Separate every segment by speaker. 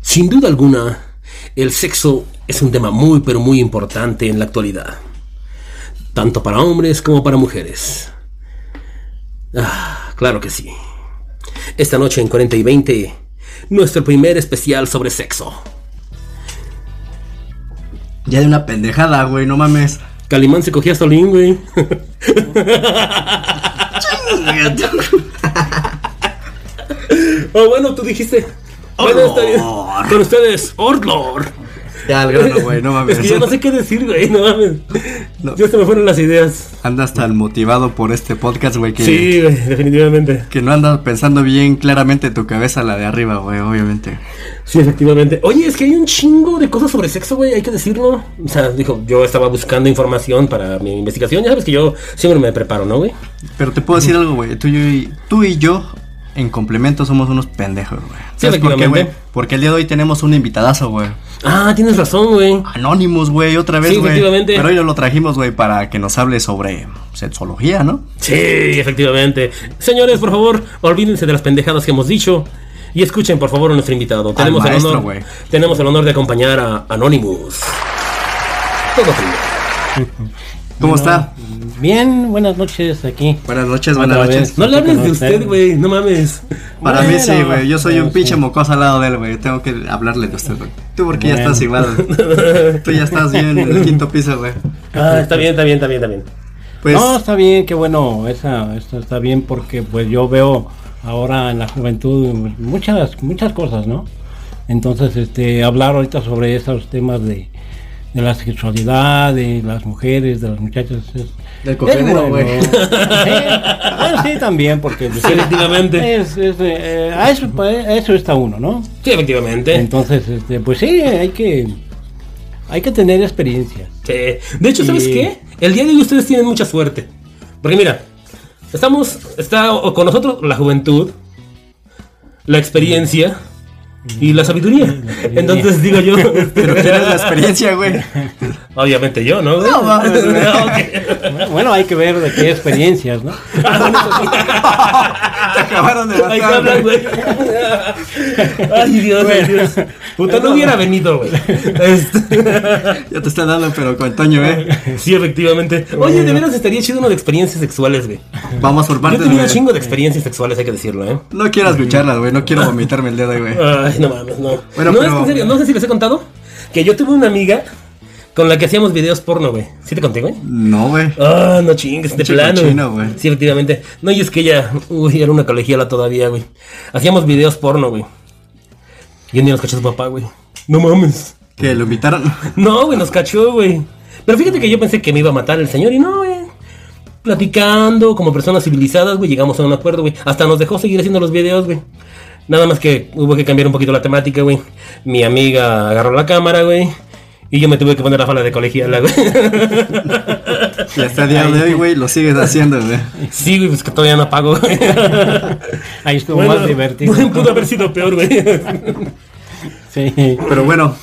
Speaker 1: Sin duda alguna, el sexo es un tema muy pero muy importante en la actualidad, tanto para hombres como para mujeres. Ah, claro que sí. Esta noche en 40 y 20, nuestro primer especial sobre sexo.
Speaker 2: Ya de una pendejada, güey, no mames.
Speaker 1: Calimán se cogía a Solín, güey. oh, bueno, tú dijiste. Bueno, está bien. Con ustedes, Orlor.
Speaker 2: Ya, al grano, güey, no mames.
Speaker 1: Es que ya no sé qué decir, güey, no mames.
Speaker 2: No.
Speaker 1: Ya se me fueron las ideas.
Speaker 2: Andas tan motivado por este podcast, güey, que,
Speaker 1: Sí, güey, definitivamente.
Speaker 2: que no andas pensando bien claramente tu cabeza, la de arriba, güey, obviamente.
Speaker 1: Sí, efectivamente. Oye, es que hay un chingo de cosas sobre sexo, güey, hay que decirlo. O sea, dijo, yo estaba buscando información para mi investigación. Ya sabes que yo siempre me preparo, ¿no, güey?
Speaker 2: Pero te puedo decir algo, güey. Tú, y- tú y yo, en complemento, somos unos pendejos, güey.
Speaker 1: Sí,
Speaker 2: ¿Sabes por qué, güey?
Speaker 1: efectivamente.
Speaker 2: Porque el día de hoy tenemos un invitadazo, güey.
Speaker 1: Ah, tienes razón, güey.
Speaker 2: Anónimos, güey, otra vez,
Speaker 1: Sí,
Speaker 2: güey.
Speaker 1: efectivamente.
Speaker 2: Pero hoy lo trajimos, güey, para que nos hable sobre sexología, ¿no?
Speaker 1: Sí, efectivamente. Señores, por favor, olvídense de las pendejadas que hemos dicho. Y escuchen, por favor, a nuestro invitado. Tenemos,
Speaker 2: maestro,
Speaker 1: el, honor,
Speaker 2: güey.
Speaker 1: tenemos el honor de acompañar a Anonymous. Todo primero.
Speaker 2: ¿Cómo está?
Speaker 3: Bien, buenas noches aquí.
Speaker 2: Buenas noches, buenas
Speaker 3: Otra
Speaker 2: noches.
Speaker 3: vez.
Speaker 1: No le hables de
Speaker 3: Con
Speaker 1: usted,
Speaker 3: usted.
Speaker 1: güey. No mames.
Speaker 2: Para mí sí,
Speaker 3: Bueno.
Speaker 2: güey. Yo soy un
Speaker 3: Bueno,
Speaker 2: pinche
Speaker 3: sí.
Speaker 2: mocoso al lado de él, güey. Tengo que hablarle de usted, güey. Tú porque ya
Speaker 3: Bueno.
Speaker 2: estás igual. Tú ya estás bien en el quinto piso, güey.
Speaker 1: Ah, está bien, está bien, está bien, está bien.
Speaker 2: Pues
Speaker 3: no, está bien, qué bueno, esa, esa está bien porque pues yo veo ahora en la juventud muchas, muchas cosas, ¿no? Entonces, este, hablar ahorita sobre esos temas de, de la sexualidad, de las mujeres, de las muchachas. es-
Speaker 2: Del
Speaker 3: es
Speaker 2: cogedero, güey.
Speaker 3: Sí, bueno, sí, también, porque pues,
Speaker 1: Efectivamente.
Speaker 3: es- es, eh, a, eso, a eso está uno, ¿no?
Speaker 1: Sí, efectivamente.
Speaker 3: Entonces, este, pues sí, hay que, hay que tener experiencias.
Speaker 1: Sí. De hecho, ¿sabes
Speaker 3: Y-
Speaker 1: qué? El día de hoy ustedes tienen mucha suerte. Porque mira, estamos, está o- con nosotros la juventud, la experiencia y Mm, la sabiduría. Entonces digo yo, este,
Speaker 2: pero tienes la experiencia, güey.
Speaker 1: obviamente yo, ¿no?
Speaker 2: No mames, güey.
Speaker 1: Ah, ok.
Speaker 3: Bueno, hay que ver de qué experiencias, ¿no?
Speaker 2: Te acabaron de
Speaker 1: Ay,
Speaker 2: matar,
Speaker 1: hablan,
Speaker 2: güey.
Speaker 1: güey. Ay, Dios, ay, Dios. Puta, no hubiera venido, güey. Este,
Speaker 2: Ya te está dando, pero con Toño, eh.
Speaker 1: Sí, efectivamente. Oye, de veras estaría chido uno de experiencias sexuales, güey.
Speaker 2: Vamos por
Speaker 1: Yo he
Speaker 2: partes,
Speaker 1: tenido un
Speaker 2: güey.
Speaker 1: chingo de experiencias sexuales, hay que decirlo, ¿eh?
Speaker 2: No quiero escucharlas, güey. No quiero vomitarme el dedo, güey.
Speaker 1: Ay, no mames, no.
Speaker 2: Bueno,
Speaker 1: no,
Speaker 2: pero-
Speaker 1: es que en serio, no sé si les he contado que yo tuve una amiga con la que hacíamos videos porno, güey. ¿Sí te conté, güey?
Speaker 2: No, güey.
Speaker 1: Ah, no chingues, de
Speaker 2: Pinche
Speaker 1: plano.
Speaker 2: cochino, güey.
Speaker 1: Sí, efectivamente. No, y es que ella, uy, era una colegiala todavía, güey. Hacíamos videos porno, güey. Y un día nos cachó su papá, güey. No mames.
Speaker 2: Que lo invitaron.
Speaker 1: No, güey, nos cachó, güey. Pero fíjate que yo pensé que me iba a matar el señor y no, güey. Platicando como personas civilizadas, güey, llegamos a un acuerdo, güey. Hasta nos dejó seguir haciendo los videos, güey. Nada más que hubo que cambiar un poquito la temática, güey. Mi amiga agarró la cámara, güey. Y yo me tuve que poner la falda de colegiala, güey.
Speaker 2: Y hasta el día de hoy, güey, lo sigues haciendo, güey.
Speaker 1: Sí, güey, pues que todavía no pago, güey.
Speaker 3: Ahí estuvo
Speaker 1: Bueno,
Speaker 3: más divertido.
Speaker 1: Pudo haber sido peor, güey.
Speaker 3: Sí.
Speaker 2: Pero bueno.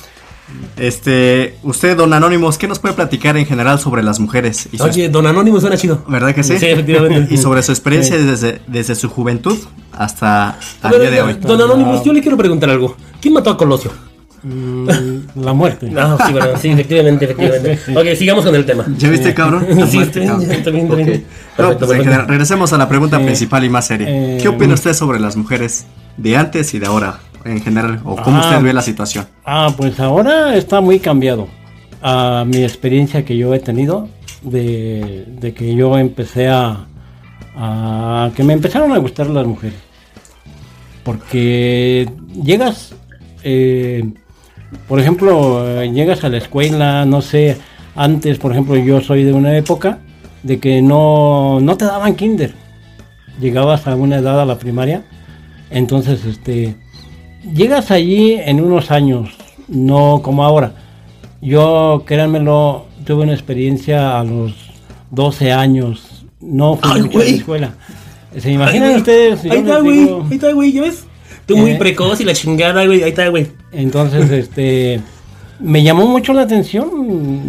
Speaker 2: Este, usted, don Anónimos, ¿qué nos puede platicar en general sobre las mujeres? Y su
Speaker 1: Oye, Don Anónimo suena chido.
Speaker 2: ¿Verdad que sí?
Speaker 1: Sí, efectivamente.
Speaker 2: Y sobre su experiencia desde, desde su juventud hasta
Speaker 1: A
Speaker 2: el
Speaker 1: ver,
Speaker 2: día de hoy.
Speaker 1: Don Anonymous, yo le quiero preguntar algo. ¿Quién mató a Colosio?
Speaker 3: Mm, La muerte.
Speaker 1: No, Ah, sí, bueno, sí, efectivamente, efectivamente. Ok, sigamos con el tema.
Speaker 2: ¿Ya viste, cabrón? Aparte,
Speaker 1: Sí, está bien,
Speaker 2: cabrón.
Speaker 1: está bien, está
Speaker 2: Ok. No,
Speaker 1: bien. Perfecto,
Speaker 2: pues, en
Speaker 1: perfecto.
Speaker 2: general, regresemos a la pregunta principal y más seria.
Speaker 3: Eh,
Speaker 2: ¿Qué opina usted sobre las mujeres de antes y de ahora en general? ¿O cómo
Speaker 3: Ah.
Speaker 2: usted ve la situación?
Speaker 3: Ah, pues ahora está muy cambiado. A mi experiencia que yo he tenido, de, de que yo empecé a, a- que me empezaron a gustar las mujeres. Porque llegas eh, por ejemplo, eh, llegas a la escuela, no sé, antes, por ejemplo, yo soy de una época de que no, no te daban kinder. Llegabas a una edad a la primaria, entonces, este, llegas allí en unos años, no como ahora. Yo, créanmelo, tuve una experiencia a los 12 años, no fui
Speaker 1: Ay,
Speaker 3: mucho a la
Speaker 1: güey.
Speaker 3: escuela. ¿Se
Speaker 1: Ay,
Speaker 3: imaginan
Speaker 1: güey.
Speaker 3: ustedes? Yo
Speaker 1: Ahí está,
Speaker 3: les
Speaker 1: güey.
Speaker 3: digo-
Speaker 1: Ahí está, güey. ¿Ya ves? Tú muy
Speaker 3: Eh.
Speaker 1: precoz y la chingada, güey. Ahí está, güey.
Speaker 3: Entonces, este, me llamó mucho la atención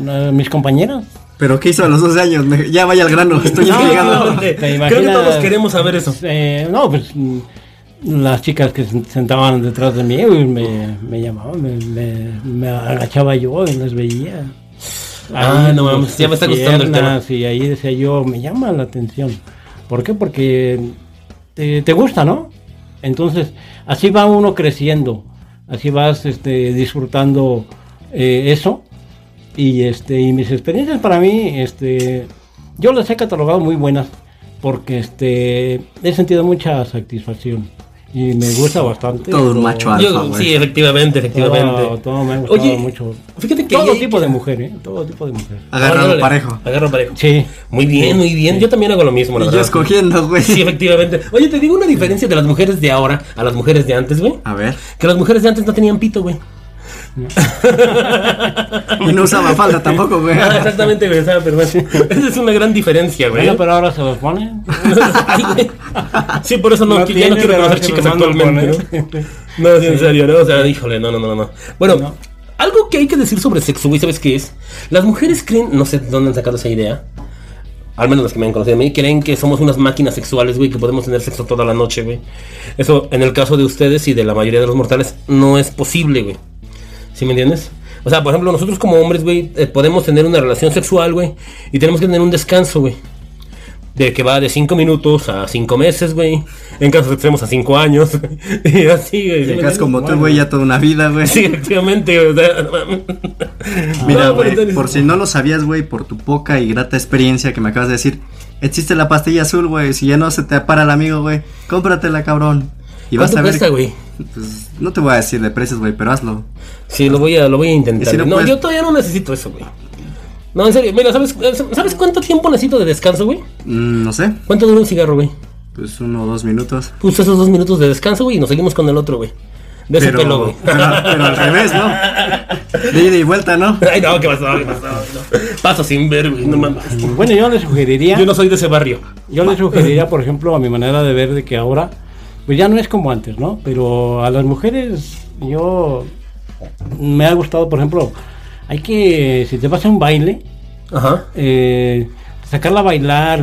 Speaker 3: eh, mis compañeras.
Speaker 2: Pero ¿qué hizo a los 12 años? Me- Ya vaya al grano, estoy
Speaker 1: No,
Speaker 2: intrigado.
Speaker 1: no,
Speaker 3: ¿Te
Speaker 1: Creo que
Speaker 3: imaginas?
Speaker 1: todos queremos saber eso.
Speaker 3: Eh, no, pues mm, las chicas que se sentaban detrás de mí uy, me, me llamaban, me, me- me agachaba yo y las veía.
Speaker 1: Ah,
Speaker 3: Ahí,
Speaker 1: no mames,
Speaker 3: pues,
Speaker 1: ya me está
Speaker 3: sus
Speaker 1: gustando el
Speaker 3: piernas, Y ahí decía yo, me llama la atención. ¿Por qué? Porque te, te gusta, ¿no? Entonces, así va uno creciendo, así vas este, disfrutando eh, eso. Y este, y mis experiencias para mí, este, yo las he catalogado muy buenas, porque este he sentido mucha satisfacción. Y me gusta bastante.
Speaker 2: Todo un macho alfa,
Speaker 1: Yo,
Speaker 2: güey.
Speaker 1: sí, efectivamente,
Speaker 3: Todo,
Speaker 1: efectivamente.
Speaker 3: todo me ha gustado
Speaker 1: Oye,
Speaker 3: mucho.
Speaker 1: Fíjate que
Speaker 3: Todo
Speaker 1: ya- Ah,
Speaker 3: tipo de mujer, ¿eh? Todo tipo de mujer.
Speaker 2: Agarrado
Speaker 1: Órale,
Speaker 2: parejo.
Speaker 1: Agarro parejo.
Speaker 3: Sí.
Speaker 1: Muy bien, muy bien. Yo también hago lo mismo, la
Speaker 2: Y yo
Speaker 1: verdad.
Speaker 2: escogiendo, güey.
Speaker 1: Sí, efectivamente. Oye, te digo una diferencia de las mujeres de ahora a las mujeres de antes, güey.
Speaker 2: A ver.
Speaker 1: Que las mujeres de antes no tenían pito, güey.
Speaker 2: Y no usaba falda tampoco, güey.
Speaker 1: Ah, exactamente, güey. o sea, pero bueno, esa es una gran diferencia, güey.
Speaker 3: Bueno, pero ahora se los pone.
Speaker 1: Sí, güey. sí, por eso no, ya no
Speaker 3: tiene,
Speaker 1: quiero
Speaker 3: pero
Speaker 1: conocer
Speaker 3: se
Speaker 1: chicas
Speaker 3: los mando a
Speaker 1: actualmente. ¿no?
Speaker 3: poner.
Speaker 1: No, ¿eh? sí, en serio, ¿no? O sea, híjole, no, no, no, no. Bueno, algo que hay que decir sobre sexo, güey, ¿sabes qué es? Las mujeres creen, no sé de dónde han sacado esa idea, al menos las que me han conocido a mí, creen que somos unas máquinas sexuales, güey, que podemos tener sexo toda la noche, güey. Eso, en el caso de ustedes y de la mayoría de los mortales, no es posible, güey. ¿Sí me entiendes? O sea, por ejemplo, nosotros como hombres, güey, eh, podemos tener una relación sexual, güey, y tenemos que tener un descanso, güey. De que va de 5 minutos a 5 meses, güey. En casos extremos a 5 años. y así, güey. ¿sí me
Speaker 2: Llegas
Speaker 1: entiendes?
Speaker 2: como tú, güey, ya toda una vida, güey.
Speaker 1: Sí, efectivamente, o sea, no mames.
Speaker 2: Mira,
Speaker 1: No,
Speaker 2: güey,
Speaker 1: pero-
Speaker 2: por si no lo sabías, güey, por tu poca y grata experiencia que me acabas de decir, existe la pastilla azul, güey. Si ya no se te para el amigo, güey, cómpratela, cabrón. Y vas
Speaker 1: ¿Cuánto
Speaker 2: a ver.
Speaker 1: cuesta, güey?
Speaker 2: Pues, no te voy a decir de precios, güey, pero hazlo.
Speaker 1: Sí, lo voy a, lo voy a
Speaker 2: Y
Speaker 1: intentar.
Speaker 2: si no
Speaker 1: güey. no,
Speaker 2: puedes-
Speaker 1: yo todavía no necesito eso, güey. No, en serio, mira, ¿sabes, ¿sabes cuánto tiempo necesito de descanso, güey?
Speaker 2: Mm, no sé,
Speaker 1: ¿Cuánto dura un cigarro, güey?
Speaker 2: pues uno o dos minutos.
Speaker 1: Puse esos dos minutos de descanso, güey, y nos seguimos con el otro, güey. De ese
Speaker 2: Pero,
Speaker 1: pelo, güey.
Speaker 2: pero, pero al revés, ¿no? De ida y vuelta, ¿no?
Speaker 1: Ay, no, ¿qué pasó? ¿Qué pasó? No. Paso sin ver, güey, no mames.
Speaker 3: Bueno, yo les sugeriría.
Speaker 1: Yo no soy de ese barrio.
Speaker 3: Yo le sugeriría, por ejemplo, a mi manera de ver de que ahora, pues ya no es como antes, ¿no? Pero a las mujeres, yo me ha gustado, por ejemplo, hay que, si te vas a un baile,
Speaker 1: Ajá.
Speaker 3: eh, sacarla a bailar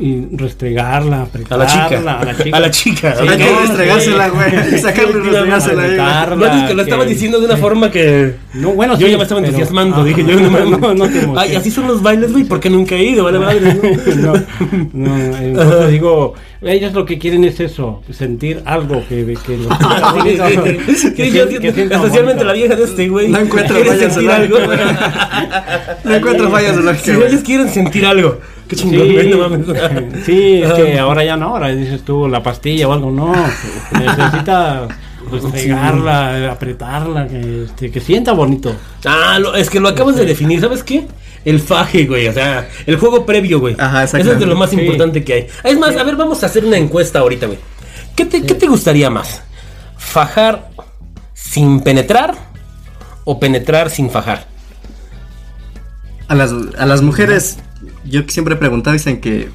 Speaker 3: y restregarla,
Speaker 1: A la
Speaker 3: apretarla,
Speaker 1: chica.
Speaker 3: a la chica.
Speaker 1: A la chica.
Speaker 3: Sí,
Speaker 2: Hay que
Speaker 3: no,
Speaker 2: restregársela, güey. Sacarle y restregársela ahí, güey.
Speaker 3: Apretarla,
Speaker 1: No, dices que lo estaba
Speaker 3: que-
Speaker 1: diciendo de una forma que.
Speaker 3: No, bueno,
Speaker 1: yo
Speaker 3: sí,
Speaker 1: ya me estaba
Speaker 3: pero-
Speaker 1: entusiasmando,
Speaker 3: Ah,
Speaker 1: dije yo. No, mames.
Speaker 3: no, no te emociones.
Speaker 1: Ay, así son los bailes, güey, porque nunca he ido, vale madre.
Speaker 3: no, no, entonces digo, ellos lo que quieren es eso, sentir algo que, que lo
Speaker 1: Sí,
Speaker 3: que-
Speaker 1: güey.
Speaker 3: que
Speaker 1: Sí,
Speaker 3: sienta
Speaker 1: yo entiendo.
Speaker 3: bonito.
Speaker 1: Especialmente la vieja de este, güey.
Speaker 2: No encuentro
Speaker 1: ¿Quiere
Speaker 2: fallas
Speaker 1: sentir
Speaker 2: en la-
Speaker 1: algo?
Speaker 2: No encuentro fallas de
Speaker 1: Si
Speaker 2: lógica,
Speaker 1: ellos
Speaker 2: güey.
Speaker 1: quieren sentir algo. Qué
Speaker 3: Sí,
Speaker 1: chingón, güey, no mames.
Speaker 3: sí, es que ahora ya no, ahora dices tú la pastilla o algo, no, necesita restregarla, apretarla, que, este, que sienta bonito.
Speaker 1: Ah, lo- es que lo acabas de definir, ¿sabes qué? El faje, güey, o sea, el juego previo, güey.
Speaker 2: Ajá,
Speaker 1: Eso es de lo más
Speaker 3: Sí.
Speaker 1: importante que hay. Es más, a ver, vamos a hacer una encuesta ahorita, güey. ¿Qué te, ¿Qué te gustaría más? ¿Fajar sin penetrar o penetrar sin fajar?
Speaker 2: A las, a las mujeres, yo siempre he preguntado, dicen que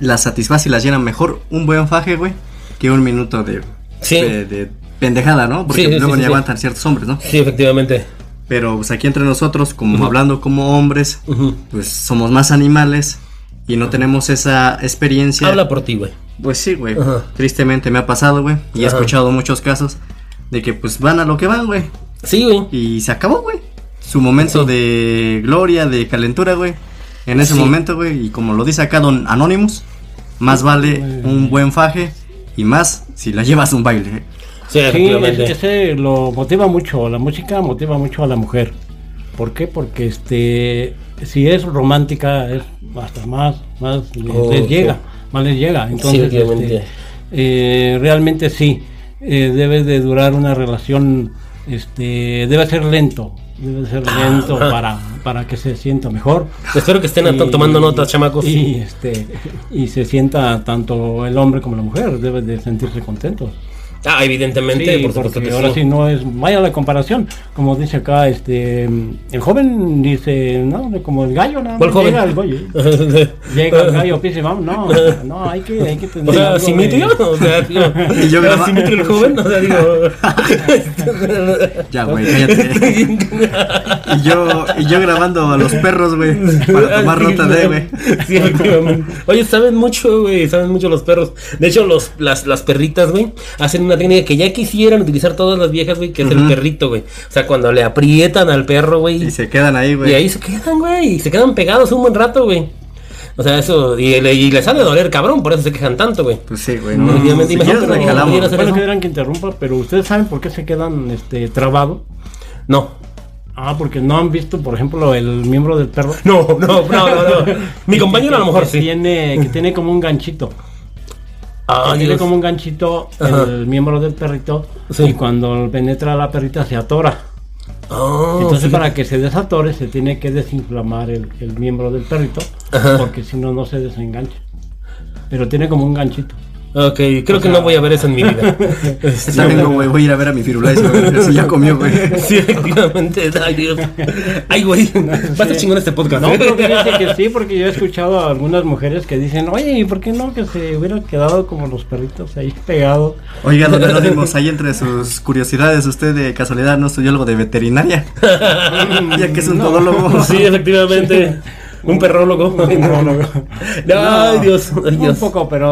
Speaker 2: las satisface y las llena mejor un buen faje, güey, que un minuto de,
Speaker 1: Sí.
Speaker 2: de, de pendejada, ¿no? Porque
Speaker 1: Sí, sí,
Speaker 2: luego
Speaker 1: sí,
Speaker 2: ni
Speaker 1: sí.
Speaker 2: aguantan ciertos hombres, ¿no?
Speaker 1: Sí, efectivamente.
Speaker 2: Pero pues aquí entre nosotros, como hablando como hombres,
Speaker 1: Ujú.
Speaker 2: pues somos más animales y no tenemos esa experiencia.
Speaker 1: Habla por ti, güey.
Speaker 2: Pues sí, güey.
Speaker 1: Ajá.
Speaker 2: Tristemente me ha pasado, güey. Y he
Speaker 1: Ajá.
Speaker 2: escuchado muchos casos de que pues van a lo que van, güey.
Speaker 1: Sí, güey.
Speaker 2: Y se acabó, güey. Su momento de gloria, de calentura, güey. En ese
Speaker 1: Sí.
Speaker 2: momento, güey. Y como lo dice acá Don Anonymous, más vale un buen faje y más si la llevas a un baile.
Speaker 1: Sí,
Speaker 3: Sí,
Speaker 1: efectivamente.
Speaker 3: ese, ese lo motiva mucho, la música motiva mucho a la mujer. ¿Por qué? Porque este, si es romántica, es hasta más, más le-
Speaker 1: Oh,
Speaker 3: les
Speaker 1: sí.
Speaker 3: llega, más les llega. Entonces,
Speaker 1: Sí, obviamente.
Speaker 3: este, eh, realmente sí, eh, debe de durar una relación este, debe ser lento, debe ser
Speaker 1: Ah,
Speaker 3: lento para, para que se sienta mejor.
Speaker 1: Espero que estén
Speaker 3: Y-
Speaker 1: tomando notas, chamacos.
Speaker 3: Y, este, y se sienta tanto el hombre como la mujer, deben de sentirse contentos.
Speaker 1: Ah, evidentemente,
Speaker 3: Sí,
Speaker 1: por supuesto
Speaker 3: porque
Speaker 1: que
Speaker 3: ahora sí no es vaya la comparación como dice acá este el joven dice no como el gallo nada
Speaker 1: ¿Cuál
Speaker 3: más
Speaker 1: joven?
Speaker 3: llega el gallo llega el gallo pisa y vamos no no hay que hay que tener
Speaker 1: O sea,
Speaker 3: algo
Speaker 1: Simitrio,
Speaker 3: de-
Speaker 1: o sea, digo,
Speaker 2: Y yo graba-
Speaker 1: Simitrio el joven, o sea, digo.
Speaker 2: Ya, güey, cállate. Y yo, y yo grabando a los perros, güey,
Speaker 1: Ah,
Speaker 2: para tomar nota de, güey.
Speaker 1: Sí, efectivamente. Oye, saben mucho, güey, saben mucho los perros. De hecho, los, las, las perritas, güey, hacen una técnica que ya quisieran utilizar todas las viejas, güey, que es el perrito, güey. O sea, cuando le aprietan al perro, güey.
Speaker 2: Y se quedan ahí,
Speaker 1: Y
Speaker 2: güey.
Speaker 1: ahí se quedan, güey. Y se quedan pegados un buen rato, güey. O sea, eso. Y, le- y les ha de doler, cabrón. Por eso se quejan tantanto, güey.
Speaker 2: Pues sí, güey.
Speaker 1: No,
Speaker 2: No,
Speaker 1: Mm, obviamente,
Speaker 2: si
Speaker 1: imagínate,
Speaker 2: quieres,
Speaker 1: no,
Speaker 2: recalamos.
Speaker 1: pudieras-
Speaker 3: bueno que dirán que interrumpa pero ustedes saben por qué se quedan este trabados
Speaker 1: No.
Speaker 3: ah porque no han visto por ejemplo el miembro del perro
Speaker 1: No, no, no, no. no. Mi compañero a lo mejor
Speaker 3: que
Speaker 1: sí.
Speaker 3: Este tiene que tiene como un ganchito
Speaker 1: Ah,
Speaker 3: que tiene
Speaker 1: Dios.
Speaker 3: como un ganchito
Speaker 1: Ajá.
Speaker 3: el miembro del perrito
Speaker 1: Sí.
Speaker 3: y cuando penetra la perrita se atora
Speaker 1: Ah,
Speaker 3: Entonces,
Speaker 1: sí.
Speaker 3: para que se desatore, se tiene que desinflamar el, el miembro del perrito,
Speaker 1: Ajá.
Speaker 3: porque si no, no se desengancha. Pero tiene como un ganchito.
Speaker 1: Ok, creo que no voy a ver eso en mi vida.
Speaker 2: Está bien, güey, voy a ir a ver a mi firulais, güey. Si ya comió, güey.
Speaker 1: Sí, efectivamente. Ay, Dios. Ay, güey. Va a ser chingón este podcast.
Speaker 3: No,
Speaker 1: ¿eh?
Speaker 3: pero fíjate que sí, porque yo he escuchado a algunas mujeres que dicen, oye, ¿y por qué no que se hubiera quedado como los perritos ahí pegados?
Speaker 2: Oigan, don Anónimos, ahí entre sus curiosidades, usted de casualidad no estudió algo de veterinaria. ya que es un todólogo.
Speaker 1: Sí, efectivamente. Un perrólogo. Ay, Dios. Ay,
Speaker 3: Un
Speaker 1: Dios.
Speaker 3: poco, pero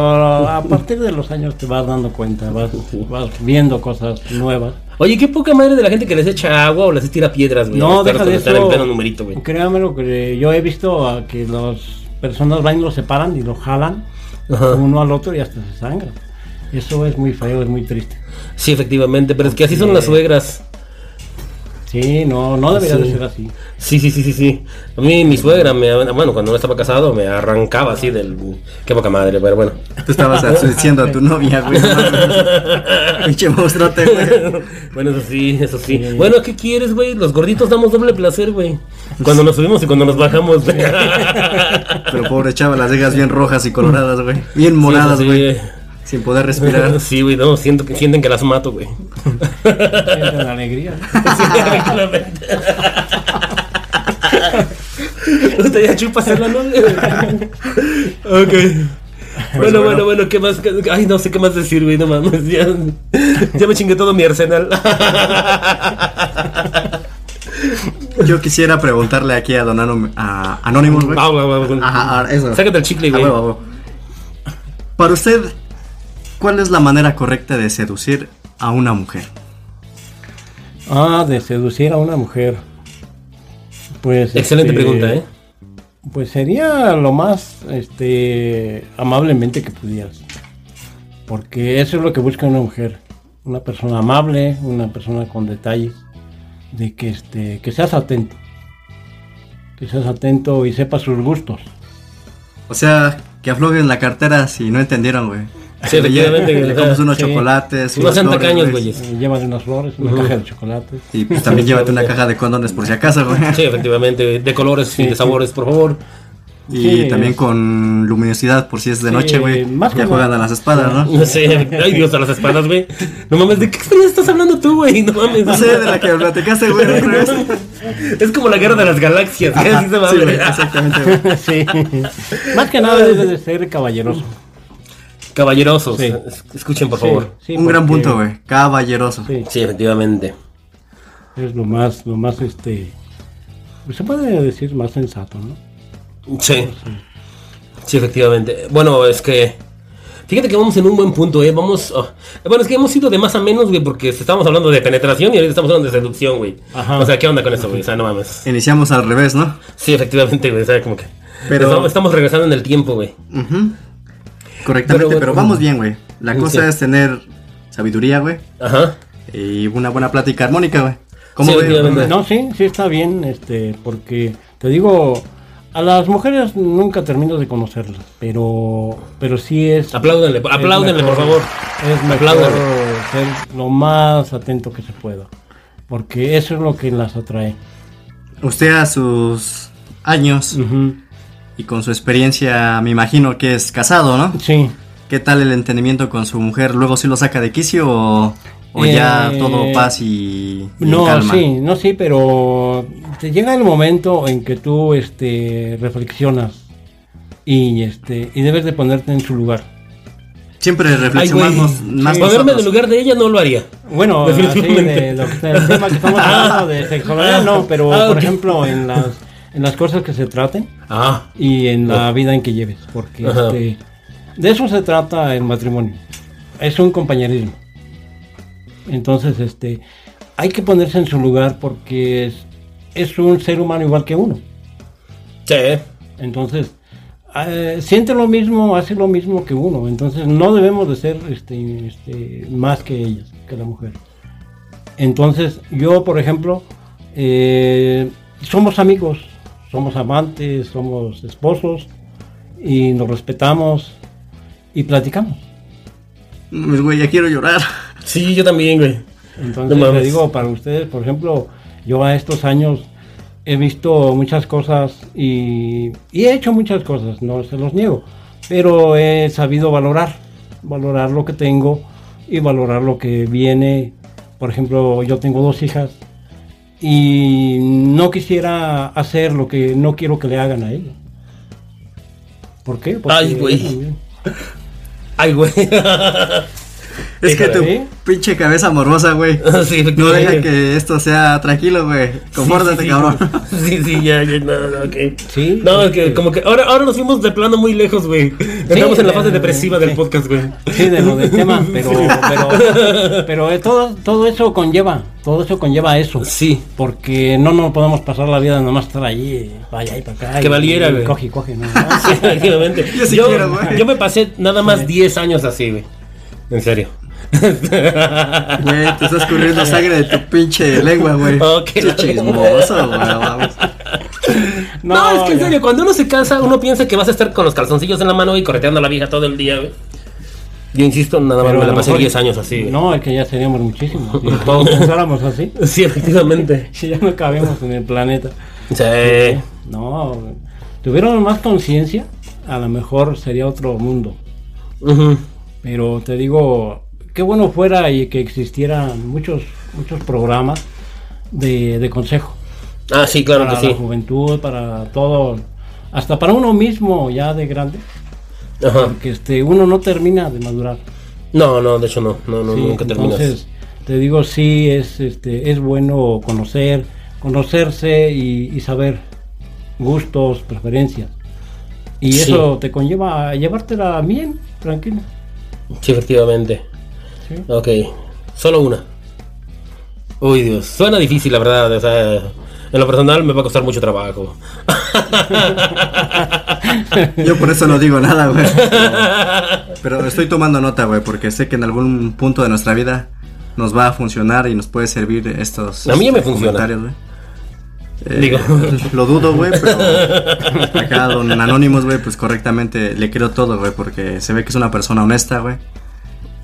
Speaker 3: a partir de los años te vas dando cuenta, vas, vas viendo cosas nuevas.
Speaker 1: Oye, qué poca madre de la gente que les echa agua o les tira piedras, güey.
Speaker 3: No,
Speaker 1: Los perros
Speaker 3: deja de
Speaker 1: cuando están en
Speaker 3: eso.
Speaker 1: pleno numerito, güey.
Speaker 3: Créame lo que yo he visto a que las personas van y lo separan y lo jalan
Speaker 1: Ajá.
Speaker 3: uno al otro y hasta se sangra. Eso es muy feo, es muy triste.
Speaker 1: Sí, efectivamente, pero es que así son las suegras.
Speaker 3: Sí, no, no debería
Speaker 1: Sí.
Speaker 3: de ser así.
Speaker 1: Sí, sí, sí, sí, sí. A mí mi suegra, me, bueno, cuando no estaba casado, me arrancaba así del... Qué poca madre, pero bueno.
Speaker 2: Tú estabas
Speaker 1: Ah,
Speaker 2: diciendo a tu novia, güey. no mames. Pinche monstruote, güey.
Speaker 1: bueno, eso sí, eso sí. Bueno, ¿qué quieres, güey? Los gorditos damos doble placer, güey. Cuando nos subimos y cuando nos bajamos. güey.
Speaker 2: Pero pobre chava, las cejas bien rojas y coloradas, güey. Bien moradas,
Speaker 1: Sí,
Speaker 2: güey. Sin poder respirar.
Speaker 1: Sí, güey, no, siento que sienten que las mato, güey.
Speaker 3: Sienten la alegría.
Speaker 1: Sí, efectivamente. Usted ya chupa hacerla, ¿no? ok. bueno, bueno,
Speaker 2: bueno.
Speaker 1: bueno, ¿qué más? Ay, no sé qué más decir, güey, no mames. Ya, ya me chingué todo mi arsenal.
Speaker 2: Yo quisiera preguntarle aquí a don Anom- a Anonymous, güey.
Speaker 1: Ah, güey, güey, güey.
Speaker 2: Ajá, ah, eso.
Speaker 1: Sácate el chicle,
Speaker 2: Ah,
Speaker 1: güey.
Speaker 2: huevo, huevo. Para usted, ¿cuál es la manera correcta de seducir a una mujer?
Speaker 3: Ah, de seducir a una mujer. Pues
Speaker 1: Excelente
Speaker 3: este,
Speaker 1: pregunta, ¿eh?
Speaker 3: Pues sería lo más este amablemente que pudieras. Porque eso es lo que busca una mujer. Una persona amable, una persona con detalles. De que este. que seas atento. Que seas atento y sepas sus gustos.
Speaker 2: O sea, que aflojen la cartera si no entendieron, güey.
Speaker 1: Sí,
Speaker 2: Que le lle-
Speaker 1: efectivamente,
Speaker 2: que
Speaker 1: güey,
Speaker 2: Le
Speaker 1: ajá,
Speaker 2: comes unos
Speaker 3: sí.
Speaker 2: chocolates.
Speaker 1: No
Speaker 2: unas
Speaker 1: sean
Speaker 2: flores,
Speaker 1: tacaños,
Speaker 2: güey.
Speaker 1: güeyes.
Speaker 3: Eh, llévate unas flores, una caja de chocolates.
Speaker 2: Y pues también llévate una caja de condones por si acaso, güey.
Speaker 1: Sí, efectivamente, güey. de colores y de sabores, por favor.
Speaker 2: Y
Speaker 3: Sí,
Speaker 2: también
Speaker 3: es-
Speaker 2: con luminosidad por si es de
Speaker 3: Sí,
Speaker 2: noche, güey.
Speaker 3: más
Speaker 2: Ya
Speaker 3: como-
Speaker 2: juegan a las espadas, ¿no?
Speaker 1: No sé, ay Dios, a las espadas, güey. No mames, ¿de qué extraña estás hablando tú, güey? No mames.
Speaker 2: No sé, de la que platicaste, güey, otra vez.
Speaker 1: Es como la guerra de las galaxias, güey. Así se va,
Speaker 2: Sí, güey,
Speaker 1: güey.
Speaker 2: exactamente, güey.
Speaker 3: Sí. Más que nada debe de ser caballeroso.
Speaker 1: Caballerosos,
Speaker 3: Sí.
Speaker 1: es- escuchen por
Speaker 3: Sí,
Speaker 1: favor.
Speaker 3: sí,
Speaker 2: Un gran
Speaker 3: porque
Speaker 2: punto, güey. Caballeroso.
Speaker 3: Sí.
Speaker 1: Sí, efectivamente.
Speaker 3: Es lo más, lo más este. pues, Se puede decir más sensato, ¿no?
Speaker 1: Sí. Sí, efectivamente. Bueno, es que. Fíjate que vamos en un buen punto, ¿eh? Vamos. oh, Bueno, es que hemos ido de más a menos, güey, porque estábamos hablando de penetración y ahorita estamos hablando de seducción, güey.
Speaker 3: Ajá.
Speaker 1: O sea, ¿qué onda con eso, güey? O sea, no mames.
Speaker 2: Iniciamos al revés, ¿no?
Speaker 1: Sí, efectivamente, güey. O sea, como que.
Speaker 2: Pero-
Speaker 1: Estamos, estamos regresando en el tiempo, güey.
Speaker 2: Ujú.
Speaker 1: Pero
Speaker 2: Correctamente,
Speaker 1: bueno.
Speaker 2: pero, vamos bien, güey. La
Speaker 1: Sí.
Speaker 2: cosa es tener sabiduría, güey,
Speaker 1: Ajá.
Speaker 2: y una buena plática armónica, güey. ¿Cómo
Speaker 1: Sí,
Speaker 2: ve?
Speaker 1: efectivamente.
Speaker 3: No, sí, sí está bien, este, porque te digo, a las mujeres nunca termino de conocerlas, pero, pero sí es.
Speaker 1: Apláudenle,
Speaker 3: es
Speaker 1: apláudenle,
Speaker 3: mejor-
Speaker 1: por favor.
Speaker 3: Es mejor
Speaker 1: Apláudenle.
Speaker 3: ser lo más atento que se pueda. porque eso es lo que las atrae.
Speaker 2: Usted a sus años
Speaker 3: Ujú.
Speaker 2: y con su experiencia, me imagino que es casado, ¿no?
Speaker 3: Sí.
Speaker 2: ¿Qué tal el entendimiento con su mujer? ¿Luego sí lo saca de quicio o, o ya
Speaker 3: Eh,
Speaker 2: todo paz y, y
Speaker 3: No,
Speaker 2: calma?
Speaker 3: sí, no, sí, pero te llega el momento en que tú este, reflexionas y, este, y debes de ponerte en su lugar.
Speaker 2: Siempre reflexionamos
Speaker 1: Ay, güey.
Speaker 2: más
Speaker 3: Sí.
Speaker 1: Ponerme en
Speaker 2: nosotros.
Speaker 1: el lugar de ella no lo haría.
Speaker 3: Bueno, así
Speaker 1: Definitivamente.
Speaker 3: de lo que- del tema que estamos hablando de sexualidad, no, pero
Speaker 1: Ah,
Speaker 3: por
Speaker 1: ok.
Speaker 3: ejemplo, en las, en las cosas que se traten
Speaker 1: Ah,
Speaker 3: y en la vida en que lleves, porque
Speaker 1: Ajá.
Speaker 3: este, de eso se trata el matrimonio. Es un compañerismo. Entonces, este, hay que ponerse en su lugar porque es, es un ser humano igual que uno.
Speaker 1: sí.
Speaker 3: Entonces, eh, siente lo mismo, hace lo mismo que uno. Entonces, no debemos de ser este, este, más que ellas, que la mujer. Entonces, yo, por ejemplo, eh, somos amigos, somos amantes, somos esposos y nos respetamos y platicamos.
Speaker 2: Mm, Güey, ya quiero llorar.
Speaker 1: Sí, yo también, güey.
Speaker 3: Entonces,
Speaker 1: No
Speaker 3: le
Speaker 1: mames.
Speaker 3: digo, para ustedes, por ejemplo, yo a estos años he visto muchas cosas y, y he hecho muchas cosas, no se los niego, pero he sabido valorar, valorar lo que tengo y valorar lo que viene. Por ejemplo, yo tengo dos hijas y no quisiera hacer lo que no quiero que le hagan a ellas. ¿Por qué? Porque
Speaker 1: Ay, güey.
Speaker 3: también-
Speaker 1: Ay, güey.
Speaker 2: Es que
Speaker 1: Híjole.
Speaker 2: tu
Speaker 3: ¿Sí?
Speaker 2: pinche cabeza morbosa, güey.
Speaker 1: sí,
Speaker 2: No deja
Speaker 1: efectivamente.
Speaker 2: que esto sea tranquilo, güey. Compórtate,
Speaker 1: sí, sí,
Speaker 2: cabrón.
Speaker 1: Sí, sí, ya, ya, no, no, ok.
Speaker 3: Sí.
Speaker 1: No, es que como que ahora, ahora nos fuimos de plano muy lejos, güey. Estamos en la
Speaker 3: eh,
Speaker 1: fase depresiva del
Speaker 3: sí.
Speaker 1: podcast, güey.
Speaker 3: Sí, de lo del tema, pero, pero, pero eh, todo, todo eso conlleva, todo eso conlleva eso.
Speaker 1: Sí.
Speaker 3: Porque no nos podemos pasar la vida nomás estar allí, eh, vaya y para acá.
Speaker 1: Que
Speaker 3: y-
Speaker 1: valiera,
Speaker 3: y
Speaker 1: güey.
Speaker 3: Coge, y coge, no. no.
Speaker 1: Ah, Sí, efectivamente.
Speaker 2: Yo sí quiero, güey.
Speaker 1: yo me pasé nada más 10 años así, güey. En serio.
Speaker 2: Güey, te estás corriendo sangre de tu pinche lengua, güey.
Speaker 1: Oh, qué la
Speaker 2: Qué chismoso, güey. vamos.
Speaker 1: No, es que en
Speaker 3: ya.
Speaker 1: serio, cuando uno se casa, uno piensa que vas a estar con los calzoncillos en la mano y correteando a la vieja todo el día, güey. Yo insisto, nada más
Speaker 3: Pero
Speaker 1: me
Speaker 3: a
Speaker 1: la
Speaker 3: lo
Speaker 1: pasé
Speaker 3: mejor-
Speaker 1: 10 años así, güey.
Speaker 3: No, es que ya seríamos muchísimos. Si todos pensáramos así,
Speaker 1: Sí, efectivamente.
Speaker 3: si ya no cabemos en el planeta.
Speaker 1: Sí.
Speaker 3: No, güey. tuvieron más conciencia, a lo mejor sería otro mundo.
Speaker 1: Ujú.
Speaker 3: Pero te digo, qué bueno fuera y que existieran muchos, muchos programas de, de consejo
Speaker 1: Ah, sí, claro
Speaker 3: para
Speaker 1: que
Speaker 3: la
Speaker 1: sí.
Speaker 3: juventud, para todo, hasta para uno mismo ya de grande,
Speaker 1: Ajá.
Speaker 3: porque este, uno no termina de madurar.
Speaker 1: No, no, de hecho no. No, no,
Speaker 3: Sí,
Speaker 1: nunca terminas.
Speaker 3: entonces, te digo, sí, es, este, es bueno conocer, conocerse y, y saber gustos, preferencias. Y
Speaker 1: Sí.
Speaker 3: eso te conlleva a llevártela bien, tranquila.
Speaker 1: Sí, efectivamente.
Speaker 3: Sí.
Speaker 1: Ok. Solo una. Uy, Dios. Suena difícil, la verdad. O sea, en lo personal me va a costar mucho trabajo.
Speaker 2: Yo por eso no digo nada, güey. Pero estoy tomando nota, güey, porque sé que en algún punto de nuestra vida nos va a funcionar y nos puede servir estos
Speaker 1: A mí ya me
Speaker 2: este,
Speaker 1: funciona.
Speaker 2: comentarios, güey. Eh,
Speaker 1: Digo.
Speaker 2: Lo dudo, güey, pero acá don Anonymous, güey, pues correctamente le creo todo, güey, porque se ve que es una persona honesta, güey.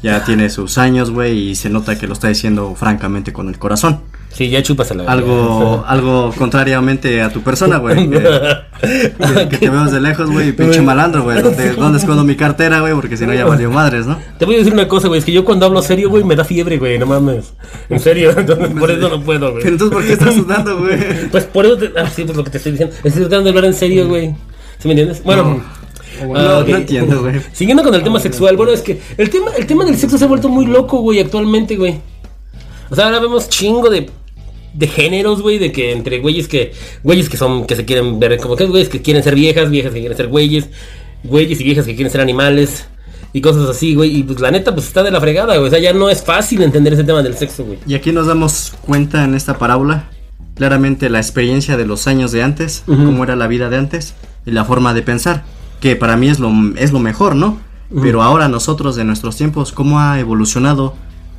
Speaker 2: Ya tiene sus años, güey, y se nota que lo está diciendo francamente con el corazón.
Speaker 1: Sí, ya chúpasela.
Speaker 2: Algo, algo contrariamente a tu persona, güey. que- que, que te veo de lejos, güey, y pinche malandro, güey. ¿Dónde, dónde escondo mi cartera, güey? Porque si no ya valió madres, ¿no?
Speaker 1: Te voy a decir una cosa, güey. Es que yo cuando hablo serio, güey, me da fiebre, güey. No mames. En serio. Entonces, por eso no
Speaker 2: Pero
Speaker 1: puedo, güey.
Speaker 2: entonces, ¿por qué estás sudando, güey?
Speaker 1: Pues por eso. Te... Ah, sí, por lo que te estoy diciendo. Estoy tratando de hablar en serio, güey. ¿Sí me entiendes? Bueno. ah,
Speaker 2: No,
Speaker 1: ok.
Speaker 2: no entiendo, güey.
Speaker 1: Siguiendo con el tema sexual, bueno, es que el tema, el tema del sexo se ha vuelto muy loco, güey, actualmente, güey. O sea, ahora vemos chingo de, de géneros, güey, de que entre güeyes que, güeyes que son, que se quieren ver como que güeyes que quieren ser viejas, viejas que quieren ser güeyes, güeyes y viejas que quieren ser animales y cosas así, güey. Y pues la neta, pues está de la fregada, güey. O sea, ya no es fácil entender ese tema del sexo, güey.
Speaker 2: Y aquí nos damos cuenta en esta parábola, claramente la experiencia de los años de antes, cómo era la vida de antes y la forma de pensar, que para mí es lo, es lo mejor, ¿no? Pero ahora nosotros de nuestros tiempos, ¿cómo ha evolucionado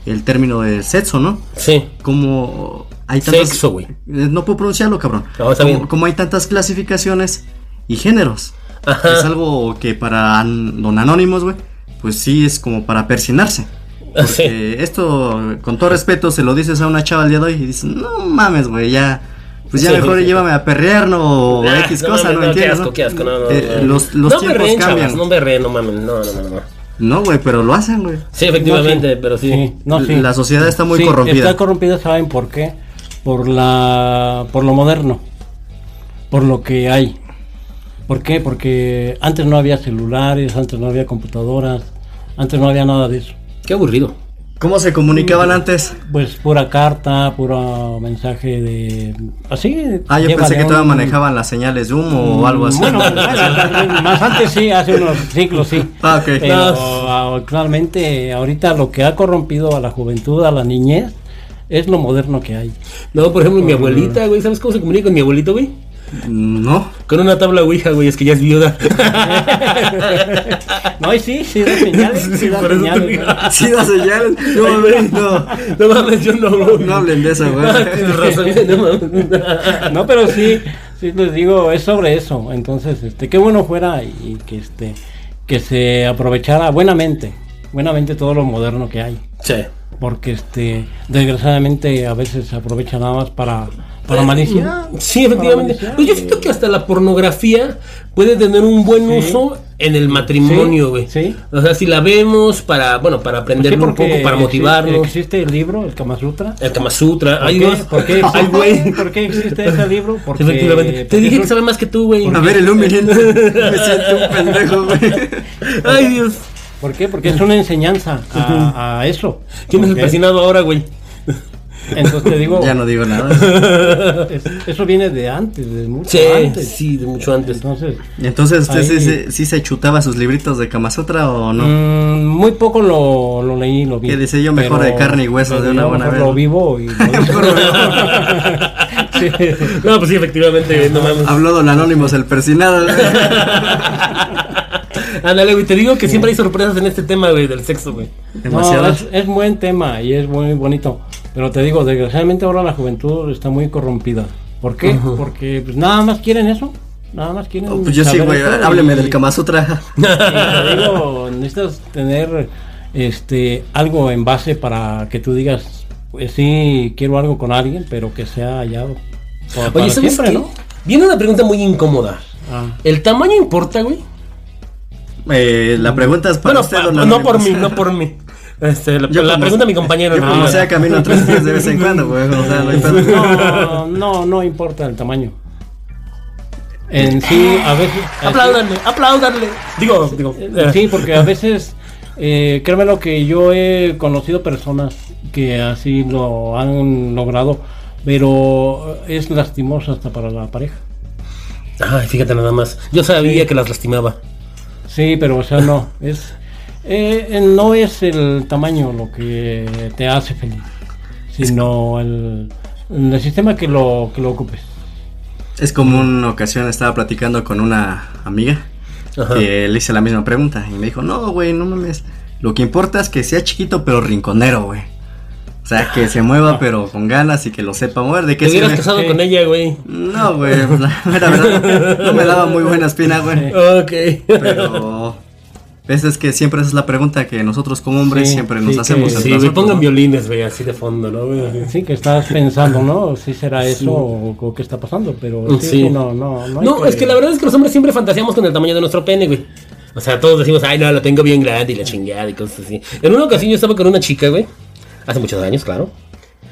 Speaker 2: el término de sexo, no?
Speaker 1: Sí.
Speaker 2: como hay tantas...
Speaker 1: Sexo, güey.
Speaker 2: Eh, No puedo pronunciarlo, cabrón.
Speaker 1: No, está
Speaker 2: como,
Speaker 1: bien.
Speaker 2: como hay tantas clasificaciones y géneros.
Speaker 1: Ajá.
Speaker 2: Es algo que para an- don Anónimos, güey, pues sí es como para persinarse. Porque esto, con todo respeto, se lo dices a una chava al día de hoy y dices, no mames, güey, ya. Pues ya
Speaker 1: Sí.
Speaker 2: mejor llévame a perrear, no, o
Speaker 1: Ah,
Speaker 2: X
Speaker 1: no
Speaker 2: cosa,
Speaker 1: mames,
Speaker 2: ¿no
Speaker 1: no,
Speaker 2: entiendes?
Speaker 1: Qué asco,
Speaker 2: no?
Speaker 1: qué asco, no, no.
Speaker 2: Eh,
Speaker 1: no.
Speaker 2: los- los
Speaker 1: no
Speaker 2: tiempos
Speaker 1: berreen,
Speaker 2: cambian.
Speaker 1: chavas, no berreen, no mames, no, no, no, no.
Speaker 2: No, güey, pero lo hacen, güey.
Speaker 1: Sí, efectivamente,
Speaker 3: No, sí.
Speaker 1: pero sí.
Speaker 3: Sí, no, sí.
Speaker 2: La sociedad está muy
Speaker 3: Sí,
Speaker 2: corrompida.
Speaker 3: Está corrompida, ¿saben por qué? Por la por lo moderno. Por lo que hay. ¿Por qué? Porque antes no había celulares, antes no había computadoras, antes no había nada de eso.
Speaker 1: Qué aburrido.
Speaker 2: ¿Cómo se
Speaker 1: Mm.
Speaker 2: comunicaban antes?
Speaker 3: Pues pura carta, puro mensaje de así.
Speaker 2: Ah, yo
Speaker 3: lleva
Speaker 2: pensé que
Speaker 3: león.
Speaker 2: todavía manejaban las señales de humo o algo así.
Speaker 3: Bueno, bueno, más antes sí, hace unos siglos sí.
Speaker 2: Ah, ok.
Speaker 3: Pero
Speaker 1: No.
Speaker 3: a- actualmente, ahorita lo que ha corrompido a la juventud, a la niñez, es lo moderno que hay.
Speaker 1: No, por ejemplo, mi abuelita, güey, ¿sabes cómo se comunica con mi abuelito, güey?
Speaker 2: No.
Speaker 1: Con una tabla ouija, güey, es que ya es viuda.
Speaker 3: No, y sí, sí da señales, sí,
Speaker 1: Sí,
Speaker 3: da
Speaker 1: por eso te
Speaker 3: señales,
Speaker 1: digo.
Speaker 3: ¿no?
Speaker 2: Sí, las señales. No,
Speaker 1: güey.
Speaker 2: no.
Speaker 1: No mames, yo no, güey.
Speaker 2: No hablen de eso, güey.
Speaker 1: Ah, tienes razón, no mames.
Speaker 3: No, pero sí, sí les digo, es sobre eso. Entonces, este, qué bueno fuera y que este que se aprovechara buenamente, buenamente todo lo moderno que hay.
Speaker 1: Sí.
Speaker 3: Porque este, desgraciadamente a veces se aprovecha nada más para, para malicia.
Speaker 1: Sí, efectivamente.
Speaker 3: Para
Speaker 1: Pues yo
Speaker 3: malicia.
Speaker 1: siento que hasta la pornografía puede tener un buen uso en el matrimonio,
Speaker 3: Sí,
Speaker 1: güey.
Speaker 3: sí.
Speaker 1: O sea, si la vemos para, bueno, para aprender
Speaker 3: Pues Sí,
Speaker 1: un
Speaker 3: porque
Speaker 1: poco, para
Speaker 3: exi-
Speaker 1: motivarnos.
Speaker 3: Existe el libro, el Kama Sutra.
Speaker 1: El Kama Sutra.
Speaker 3: ¿Por,
Speaker 1: Ay,
Speaker 3: qué?
Speaker 1: Dios.
Speaker 3: ¿Por qué
Speaker 1: Ay,
Speaker 3: existe,
Speaker 1: güey.
Speaker 3: ¿Por qué existe ese libro? Porque,
Speaker 1: Efectivamente. Te
Speaker 3: porque
Speaker 1: dije que
Speaker 3: es-
Speaker 1: sabe más que tú, güey.
Speaker 2: A ver, iluminen. Me siento un pendejo, güey.
Speaker 1: Ay, Dios.
Speaker 3: ¿Por qué? Porque es una enseñanza a, a eso.
Speaker 1: ¿Quién es el
Speaker 3: Ok.
Speaker 1: fascinado ahora, güey?
Speaker 3: Entonces te digo,
Speaker 2: Ya no digo nada.
Speaker 3: es- eso viene de antes, de mucho
Speaker 1: Sí,
Speaker 3: antes.
Speaker 1: sí, de mucho antes.
Speaker 3: Entonces,
Speaker 2: Entonces, ¿usted sí,
Speaker 3: Ahí.
Speaker 2: se- sí se chutaba sus libritos de Kama Sutra o no?
Speaker 3: mm, muy poco lo, lo leí, lo vi.
Speaker 2: Que decía yo mejor de carne y hueso
Speaker 3: pero
Speaker 2: de una
Speaker 3: yo
Speaker 2: buena
Speaker 3: mejor
Speaker 2: vez,
Speaker 3: Lo
Speaker 2: ¿no?
Speaker 3: vivo y lo
Speaker 2: Mejor lo
Speaker 3: Sí.
Speaker 1: No, pues sí, efectivamente, güey, no mames.
Speaker 2: Habló don Anónimos, el persinado.
Speaker 1: Ándale, güey, te digo que siempre hay sorpresas en este tema, güey, del sexo, güey.
Speaker 3: No,
Speaker 2: Demasiadas.
Speaker 3: es, es buen tema y es muy bonito. Pero te digo, desgraciadamente ahora la juventud está muy corrompida. ¿Por qué? Porque pues, nada más quieren eso. Nada más quieren.
Speaker 2: Oh, pues yo sí,
Speaker 3: saber
Speaker 2: güey.
Speaker 3: eso
Speaker 2: Hábleme
Speaker 3: y-
Speaker 2: del Kama Sutra.
Speaker 3: y te digo, necesitas tener este, algo en base para que tú digas, pues sí, quiero algo con alguien, pero que sea hallado. Pa- para
Speaker 1: Oye, ¿sabes
Speaker 3: siempre,
Speaker 1: qué?
Speaker 3: ¿no?
Speaker 1: Viene una pregunta muy incómoda.
Speaker 3: Ah.
Speaker 1: ¿El tamaño importa, güey?
Speaker 2: Eh, la pregunta es para
Speaker 1: bueno,
Speaker 2: usted,
Speaker 1: pa-
Speaker 2: don
Speaker 1: no
Speaker 2: Anónimos.
Speaker 1: por mí, no por mí. Este, la,
Speaker 2: Yo
Speaker 1: la
Speaker 2: como-
Speaker 1: pregunta a mi compañero.
Speaker 2: Yo
Speaker 1: no,
Speaker 2: como
Speaker 1: no.
Speaker 2: sea camino tres pies de vez en cuando, güey. O sea, no hay pedo.
Speaker 3: No, no, no importa el tamaño. En sí, a veces.
Speaker 1: Apláudanle, apláudanle. Digo, digo. eh,
Speaker 3: Sí, porque a veces, eh, créeme lo que yo he conocido personas que así lo han logrado, pero es lastimoso hasta para la pareja.
Speaker 1: Ay, fíjate nada más. Yo sabía que las lastimaba.
Speaker 3: Sí, pero o sea, no, es, eh, eh, no es el tamaño lo que te hace feliz, sino el, el sistema que lo, que lo ocupes.
Speaker 2: Es como una ocasión estaba platicando con una amiga
Speaker 1: Ajá.
Speaker 2: que le hice la misma pregunta y me dijo, no, güey, no mames. Lo que importa es que sea chiquito pero rinconero, güey. O sea, que se mueva pero con ganas y que lo sepa mover. ¿De
Speaker 1: Te
Speaker 2: qué
Speaker 1: hubieras
Speaker 2: sirve?
Speaker 1: casado
Speaker 3: Sí.
Speaker 1: con ella, güey.
Speaker 2: No, güey, la mera verdad, no me daba muy buena espina, güey.
Speaker 1: Ok.
Speaker 2: Pero... Ves, es que siempre esa es la pregunta que nosotros como hombres
Speaker 3: Sí,
Speaker 2: siempre
Speaker 3: sí,
Speaker 2: nos
Speaker 3: que-
Speaker 2: hacemos. entre
Speaker 1: Sí, güey,
Speaker 2: nosotros,
Speaker 1: pongan
Speaker 2: ¿no?
Speaker 1: violines, güey, así de fondo, ¿no? güey?
Speaker 3: Sí, que estás pensando, ¿no? Si será eso o, o qué está pasando, pero
Speaker 1: Sí.
Speaker 3: sí, sí, no, no, no. hay
Speaker 1: No, es que la verdad es que los hombres siempre fantaseamos con el tamaño de nuestro pene, güey. O sea, todos decimos, ay, no, lo tengo bien grande y la chingada y cosas así. En una ocasión yo estaba con una chica, güey, hace muchos años, claro.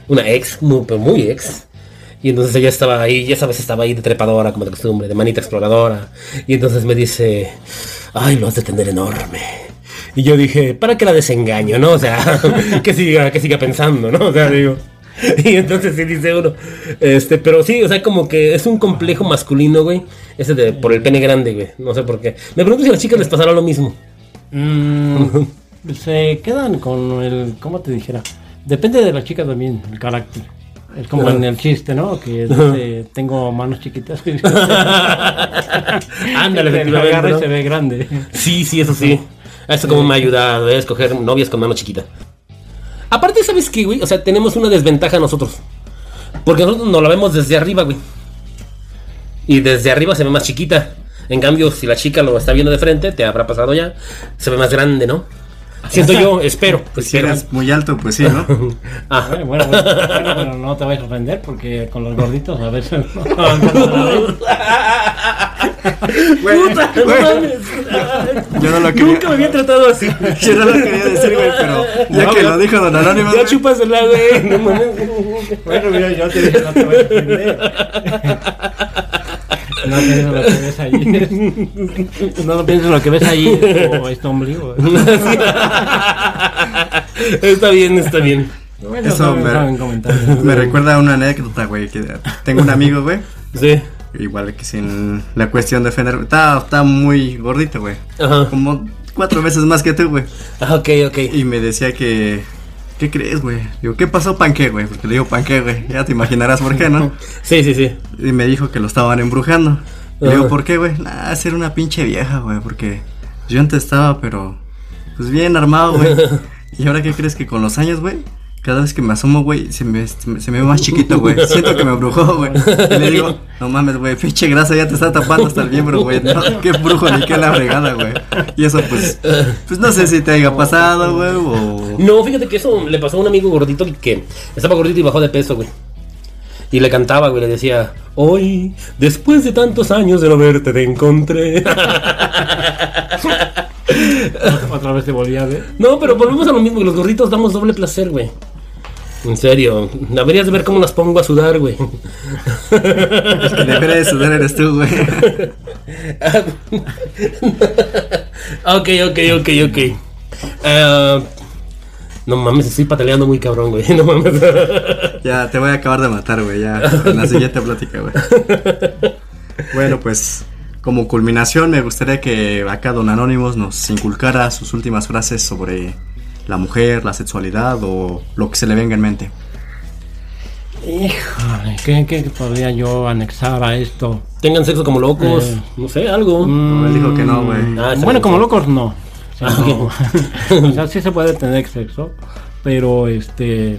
Speaker 1: Una ex, muy, pero muy ex. Y entonces ella estaba ahí, ya sabes, estaba ahí de trepadora, como de costumbre, de manita exploradora. Y entonces me dice, ay, lo has de tener enorme. Y yo dije, ¿para qué la desengaño, no? O sea, que siga, que siga pensando, ¿no? O sea, digo. Y entonces sí dice uno, este, pero sí, o sea, como que es un complejo masculino, güey, ese de por el pene grande, güey, no sé por qué. Me pregunto si a las chicas les pasará lo mismo.
Speaker 3: Mm, se quedan con el, ¿cómo te dijera? Depende de la chica también, el carácter. Es como en el chiste, ¿no? Que dice, tengo manos chiquitas.
Speaker 1: Ándale,
Speaker 3: Se la
Speaker 1: efectivamente.
Speaker 3: agarra y
Speaker 1: ¿no?
Speaker 3: se ve grande.
Speaker 1: Sí, sí, eso sí. Eso como me ha ayudado, a escoger novias con mano chiquita. Aparte, ¿sabes qué, güey? O sea, tenemos una desventaja nosotros. Porque nosotros nos la vemos desde arriba, güey. Y desde arriba se ve más chiquita. En cambio, si la chica lo está viendo de frente, te habrá pasado ya, se ve más grande, ¿no? Siento yo, espero.
Speaker 2: Si
Speaker 1: espero.
Speaker 2: eres muy alto, pues sí, ¿no?
Speaker 1: Ajá.
Speaker 3: Bueno, bueno, bueno, bueno, bueno, no te vayas a ofender porque con los gorditos a veces no alcanzan a ver.
Speaker 2: Güey,
Speaker 1: Puta, no
Speaker 2: güey,
Speaker 1: mames.
Speaker 2: yo no lo quería.
Speaker 1: Nunca me había tratado así.
Speaker 2: Yo no lo quería decir, güey, pero ya
Speaker 1: No,
Speaker 2: que
Speaker 1: ya-
Speaker 2: lo dijo Don Anónimo.
Speaker 1: Ya
Speaker 2: güey,
Speaker 1: chúpasela, güey. eh, No mames.
Speaker 3: Bueno, mira, yo te dije, no te vayas a ofender. No pienses lo que ves allí. No lo pienses lo que ves allí. O este ombligo.
Speaker 1: está bien, está bien.
Speaker 3: Bueno,
Speaker 2: Eso,
Speaker 3: saben-
Speaker 2: hombre.
Speaker 3: saben comentar.
Speaker 2: Me recuerda a una anécdota, güey, que tengo un amigo, güey.
Speaker 1: Sí.
Speaker 2: Igual que sin la cuestión de ofender. Está, está muy gordito, güey.
Speaker 1: Ajá.
Speaker 2: Como cuatro veces más que tú, güey.
Speaker 1: Ah, ok, ok.
Speaker 2: Y me decía que. ¿Qué crees, güey? Digo, ¿qué pasó, panque, güey? Porque le digo panque, güey. Ya te imaginarás por qué, ¿no?
Speaker 1: Sí, sí, sí.
Speaker 2: Y me dijo que lo estaban embrujando. Le
Speaker 1: Ajá.
Speaker 2: digo, ¿por qué, güey? Nah, ser una pinche vieja, güey. Porque yo antes estaba, pero. Pues bien armado, güey. ¿Y ahora qué crees que con los años, güey? Cada vez que me asomo, güey, se me, se me se me ve más chiquito, güey. Siento que me embrujó, güey. Y le digo, no mames, güey, pinche grasa ya te está tapando hasta el miembro, güey. No, qué brujo ni qué la fregada, güey. Y eso, pues, pues no sé si te haya pasado, güey, o...
Speaker 1: No, fíjate que eso le pasó a un amigo gordito que estaba gordito y bajó de peso, güey. Y le cantaba, güey, le decía, hoy, después de tantos años de no verte, te encontré.
Speaker 3: Otra vez te volví a ver.
Speaker 1: no, pero volvemos a lo mismo, los gorditos damos doble placer, güey. En serio, deberías de ver cómo las pongo a sudar, güey.
Speaker 2: El que debería de sudar eres tú, güey.
Speaker 1: Ok, ok, ok, ok. Eh, no mames, estoy pataleando muy cabrón, güey. No mames.
Speaker 2: Ya, te voy a acabar de matar, güey, ya. En la siguiente plática, güey. Bueno, pues, como culminación, me gustaría que acá Don Anónimos nos inculcara sus últimas frases sobre la mujer, la sexualidad o lo que se le venga en mente.
Speaker 3: Híjole, ¿qué, ¿Qué podría yo anexar a esto?
Speaker 1: Tengan sexo como locos,
Speaker 3: Eh.
Speaker 1: no sé, algo.
Speaker 2: No, él dijo que no, güey.
Speaker 1: Ah, está
Speaker 3: Mm, bueno,
Speaker 1: bien,
Speaker 3: como
Speaker 1: sí.
Speaker 3: locos no. O sea,
Speaker 1: Ah,
Speaker 3: no. O sea, sí se puede tener sexo, pero este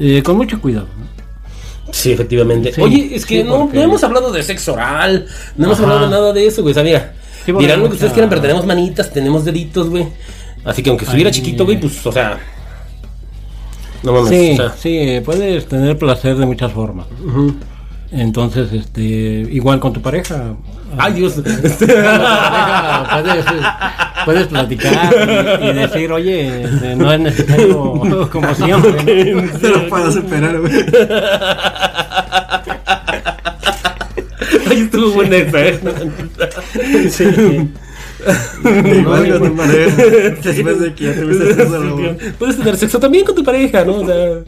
Speaker 3: eh, con mucho cuidado. ¿no?
Speaker 1: Sí, efectivamente.
Speaker 3: Sí,
Speaker 1: Oye, es que
Speaker 3: sí,
Speaker 1: no,
Speaker 3: porque-
Speaker 1: no hemos hablado de sexo oral, no hemos
Speaker 3: Ajá.
Speaker 1: hablado nada de eso, güey. O sea, mira,
Speaker 3: Sí, porque
Speaker 1: dirán lo
Speaker 3: mucha-
Speaker 1: que ustedes quieran, pero tenemos manitas, tenemos deditos, güey. Así que aunque estuviera
Speaker 3: Ay.
Speaker 1: chiquito, güey, pues, o sea. No mames.
Speaker 3: Sí,
Speaker 1: o sea,
Speaker 3: sí, puedes tener placer de muchas formas.
Speaker 1: ujú.
Speaker 3: Entonces, este, igual con tu pareja.
Speaker 1: Ay, Dios. Este,
Speaker 3: Ah, puedes, puedes platicar y, y decir, oye, este, no es necesario como siempre. ¿no?
Speaker 2: Te lo puedo superar, güey.
Speaker 1: Ay, estuvo buena esa, ¿eh? Sí.
Speaker 2: Igual yo no paré. Después de que ya tuviste sexo, güey.
Speaker 1: Puedes tener sexo también con tu pareja, ¿no? O sea,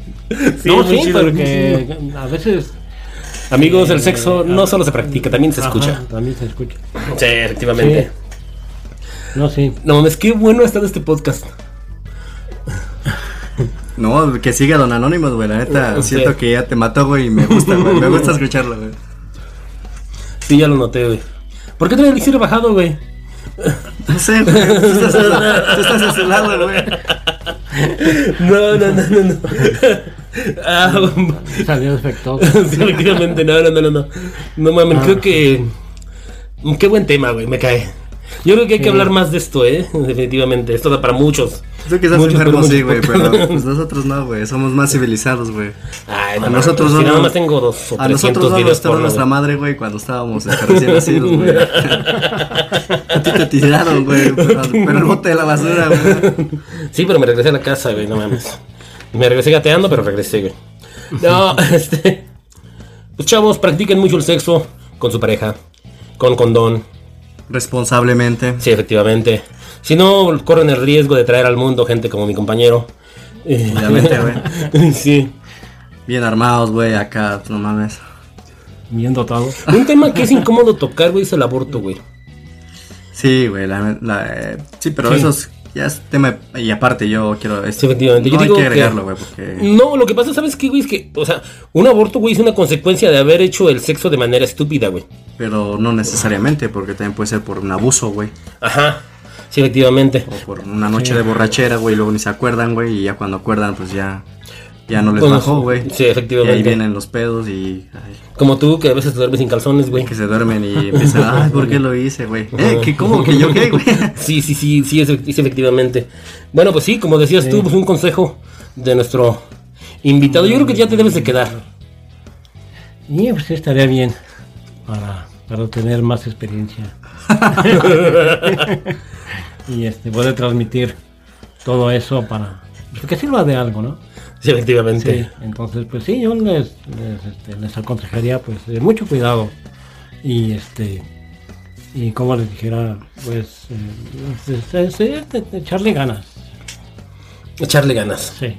Speaker 3: no,
Speaker 1: muy
Speaker 3: sí,
Speaker 1: chido.
Speaker 3: porque a veces
Speaker 1: Amigos, el sexo no solo se practica, también se escucha.
Speaker 3: Ajá, también se escucha.
Speaker 1: Sí, efectivamente.
Speaker 3: Sí. No, sí.
Speaker 1: No mames, qué bueno está este podcast.
Speaker 2: No, que siga Don Anónimos, güey. La neta,
Speaker 1: Sí.
Speaker 2: siento que ya te mató, güey, y me gusta, güey. Me gusta escucharlo, güey.
Speaker 1: Sí, ya lo noté, güey. ¿Por qué trae el elixir bajado, güey?
Speaker 2: No sé, güey. Tú estás a la- tú estás a ese lado, güey.
Speaker 1: No, no, no, no, no. Ah,
Speaker 3: Salió defectuoso.
Speaker 1: sí, efectivamente, no, no, no, no, no. No mames, creo que. Qué buen tema, güey, me cae. Yo creo que hay que hablar más de esto, eh. Definitivamente, esto da para muchos.
Speaker 2: Tú quizás
Speaker 1: Muchos,
Speaker 2: enfermo,
Speaker 1: pero
Speaker 2: sí, güey,
Speaker 1: muchos
Speaker 2: pero
Speaker 1: podcasts.
Speaker 2: pues, nosotros no, güey. Somos más civilizados, güey.
Speaker 1: Ay,
Speaker 2: A nosotros no
Speaker 1: no. mames, si nada
Speaker 2: nos-
Speaker 1: más tengo dos o
Speaker 2: A nosotros
Speaker 1: 300
Speaker 2: no
Speaker 1: videos
Speaker 2: nos
Speaker 1: por
Speaker 2: tardó nuestra madre, güey, cuando estábamos este, recién nacidos, güey. A ti te tiraron, güey, pero, pero el bote de la basura, güey.
Speaker 1: Sí, pero me regresé a la casa, güey, no mames. Me regresé gateando, pero regresé, güey. No, este. Pues chavos, practiquen mucho el sexo con su pareja, con condón.
Speaker 2: Responsablemente.
Speaker 1: Sí, efectivamente. Si no, corren el riesgo de traer al mundo gente como mi compañero. Eh,
Speaker 2: Obviamente, güey.
Speaker 1: sí.
Speaker 2: Bien armados, güey, acá, no mames.
Speaker 3: Bien dotado.
Speaker 1: Un tema que es incómodo tocar, güey, es el aborto, güey.
Speaker 2: Sí, güey, la, la- eh, sí, pero
Speaker 1: Sí.
Speaker 2: eso es, ya es tema, y aparte yo quiero, es-
Speaker 1: Sí, efectivamente. Yo
Speaker 2: no hay
Speaker 1: digo
Speaker 2: que
Speaker 1: que-
Speaker 2: agregarlo, güey, porque,
Speaker 1: No, lo que pasa, ¿sabes qué, güey? Es que, o sea, un aborto, güey, es una consecuencia de haber hecho el sexo de manera estúpida, güey.
Speaker 2: pero no necesariamente, porque también puede ser por un abuso, güey,
Speaker 1: Ajá. Sí, efectivamente.
Speaker 2: o por una noche de borrachera, güey, y luego ni se acuerdan, güey, y ya cuando acuerdan, pues ya, Ya no les
Speaker 1: Con los-
Speaker 2: bajó, güey.
Speaker 1: Sí,
Speaker 2: Y
Speaker 1: efectivamente.
Speaker 2: ahí vienen los pedos y. ay,
Speaker 1: Como tú, que a veces te duermes sin calzones, güey.
Speaker 2: que se duermen y empiezan. Ay, ¿por qué lo hice, güey? Eh, ¿que ¿Cómo que yo qué, güey?
Speaker 1: Sí, sí, sí, sí, es- es efectivamente. Bueno, pues sí, como decías tú, pues un consejo de nuestro invitado. Yo creo que ya te debes de quedar.
Speaker 3: Y pues estaría bien para, para tener más experiencia. y este, poder transmitir todo eso para pues, que sirva de algo, ¿no?
Speaker 1: Sí, efectivamente.
Speaker 3: Sí, entonces pues sí, yo les, les, este, les aconsejaría pues de mucho cuidado y este y como les dijera pues eh, es- es- es- es- echarle ganas,
Speaker 1: Echarle ganas.
Speaker 3: sí.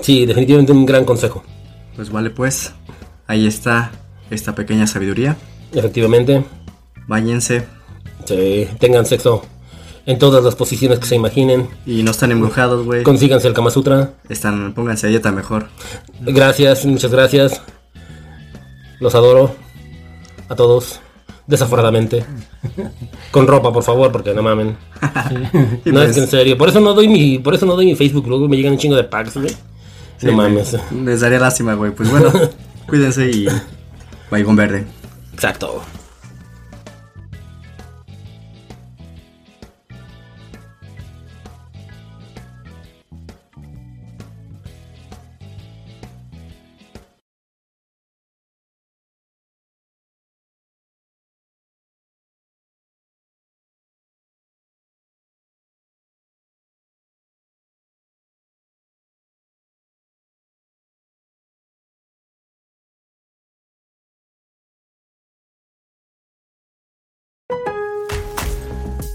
Speaker 1: Sí, definitivamente un gran consejo.
Speaker 2: Pues vale, pues. Ahí está esta pequeña sabiduría.
Speaker 1: Efectivamente.
Speaker 2: Váyanse
Speaker 1: Sí, tengan sexo en todas las posiciones que se imaginen.
Speaker 2: y no están embrujados, güey.
Speaker 1: Consíganse el Kama Sutra.
Speaker 2: Están, pónganse a dieta mejor.
Speaker 1: Gracias, muchas gracias. Los adoro. A todos. Desaforadamente. Con ropa, por favor, porque no mamen.
Speaker 2: Y
Speaker 1: no
Speaker 2: pues,
Speaker 1: es que en serio. Por eso no doy mi, por eso no doy mi Facebook, luego me llegan un chingo de packs, güey.
Speaker 2: sí,
Speaker 1: no
Speaker 2: güey,
Speaker 1: mames.
Speaker 2: Les daría lástima, güey. Pues bueno, cuídense y. Baigón verde.
Speaker 1: Exacto.